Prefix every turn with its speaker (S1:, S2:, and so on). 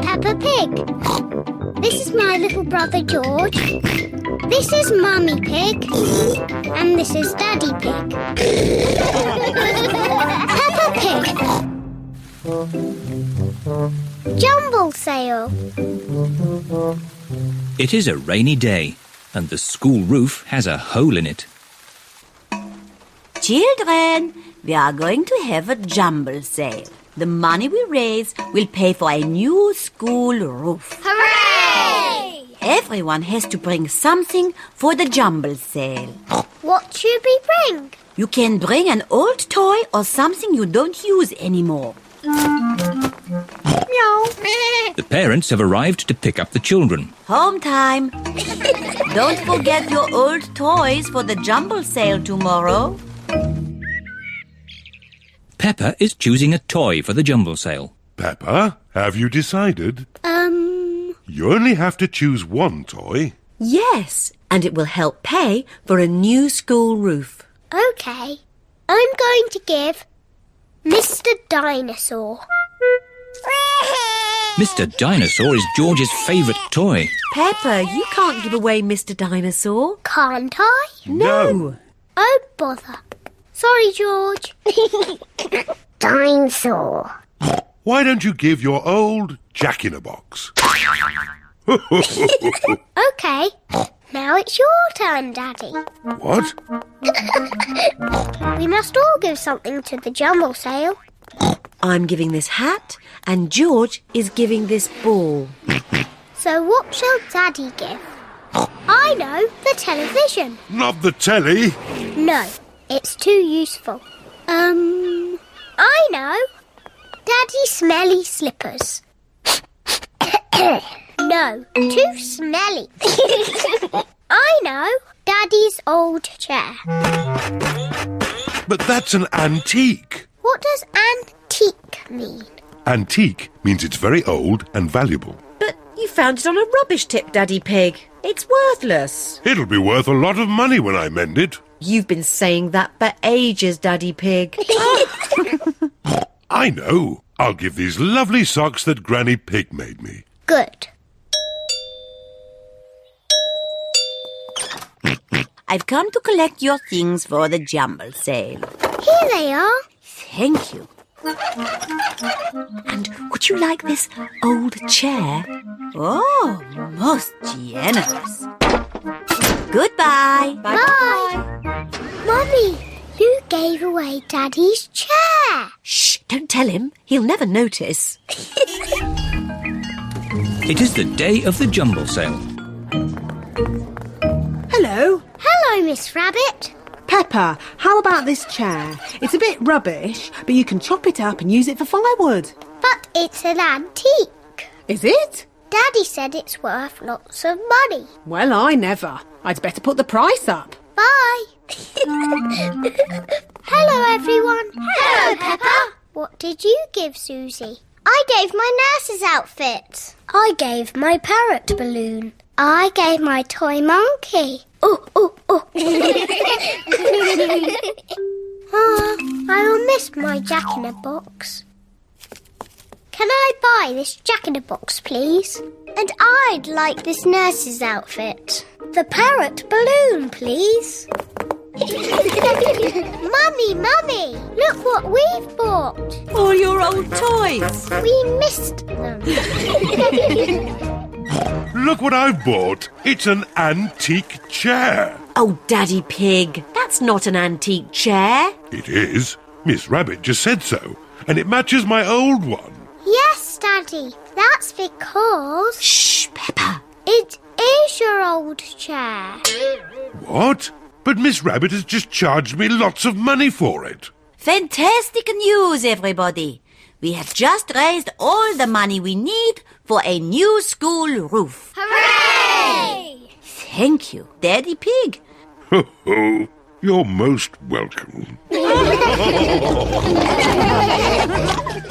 S1: Pig. This is my little brother George. This is Mummy Pig. And this is Daddy Pig. Peppa Pig. Jumble sale.
S2: It is a rainy day, and the school roof has a hole in it.
S3: Children, we are going to have a jumble sale. The money we raise will pay for a new school roof.
S1: Hooray!
S3: Everyone has to bring something for the jumble sale.
S1: What should we bring?
S3: You can bring an old toy or something you don't use anymore.
S1: Meow.
S2: The parents have arrived to pick up the children.
S3: Home time. Don't forget your old toys for the jumble sale tomorrow.
S2: Pepper is choosing a toy for the jumble sale.
S4: Peppa, have you decided?
S1: um,
S4: You only have to choose one toy.
S3: Yes, and it will help pay for a new school roof.
S1: okay. I'm going to give Mr. Dinosaur.
S2: Mr. Dinosaur is George's favourite toy.
S3: Pepper, you can't give away Mr. Dinosaur.
S1: Can't I?
S4: No.
S1: Oh, bother. Sorry, George. Dinosaur.
S4: Why don't you give your old Jack in a box?
S1: Okay. Now it's your turn, Daddy.
S4: What?
S1: We must all give something to the jumble sale.
S3: I'm giving this hat, and George is giving this ball.
S1: So what shall Daddy give? I know, the television.
S4: Not the telly.
S1: No, it's too useful. Um, I know. Daddy smelly slippers. no, too smelly. I know. Daddy's old chair.
S4: But that's an antique.
S1: What does antique mean?
S4: Antique means it's very old and valuable.
S5: But you found it on a rubbish tip, Daddy Pig. It's worthless.
S4: It'll be worth a lot of money when I mend it.
S5: You've been saying that for ages, Daddy Pig.
S4: I know. I'll give these lovely socks that Granny Pig made me.
S1: Good.
S3: I've come to collect your things for the jumble sale.
S1: Here they are.
S3: Thank you. And would you like this old chair? Oh, most generous. Goodbye.
S1: Bye. Mummy, you gave away Daddy's chair.
S3: Shh, don't tell him. He'll never notice.
S2: It is the day of the jumble sale.
S6: Hello,
S1: Hello, Miss Rabbit.
S6: Pepper. How about this chair? It's a bit rubbish, but you can chop it up and use it for firewood.
S1: But it's an antique.
S6: Is it?
S1: Daddy said it's worth lots of money.
S6: Well, I never. I'd better put the price up.
S1: Bye. Hello, everyone. Hello, Peppa. What did you give Susie? I gave my nurse's outfit. I gave my parrot balloon. I gave my toy monkey. Oh, oh, oh. ah, I will miss my jack in a box. Can I buy this jack in a box, please? And I'd like this nurse's outfit. The parrot balloon, please. mummy, mummy, look what we've bought.
S3: All your old toys.
S1: We missed them.
S4: Look what I've bought. It's an antique chair.
S3: Oh, Daddy Pig, that's not an antique chair.
S4: It is. Miss Rabbit just said so. And it matches my old one.
S1: yes, Daddy, that's because
S3: Shh, Pepper.
S1: it is your old chair.
S4: What? But Miss Rabbit has just charged me lots of money for it.
S3: Fantastic news, everybody. We have just raised all the money we need for a new school roof.
S1: Hooray!
S3: Thank you, Daddy Pig.
S4: Ho ho. You're most welcome.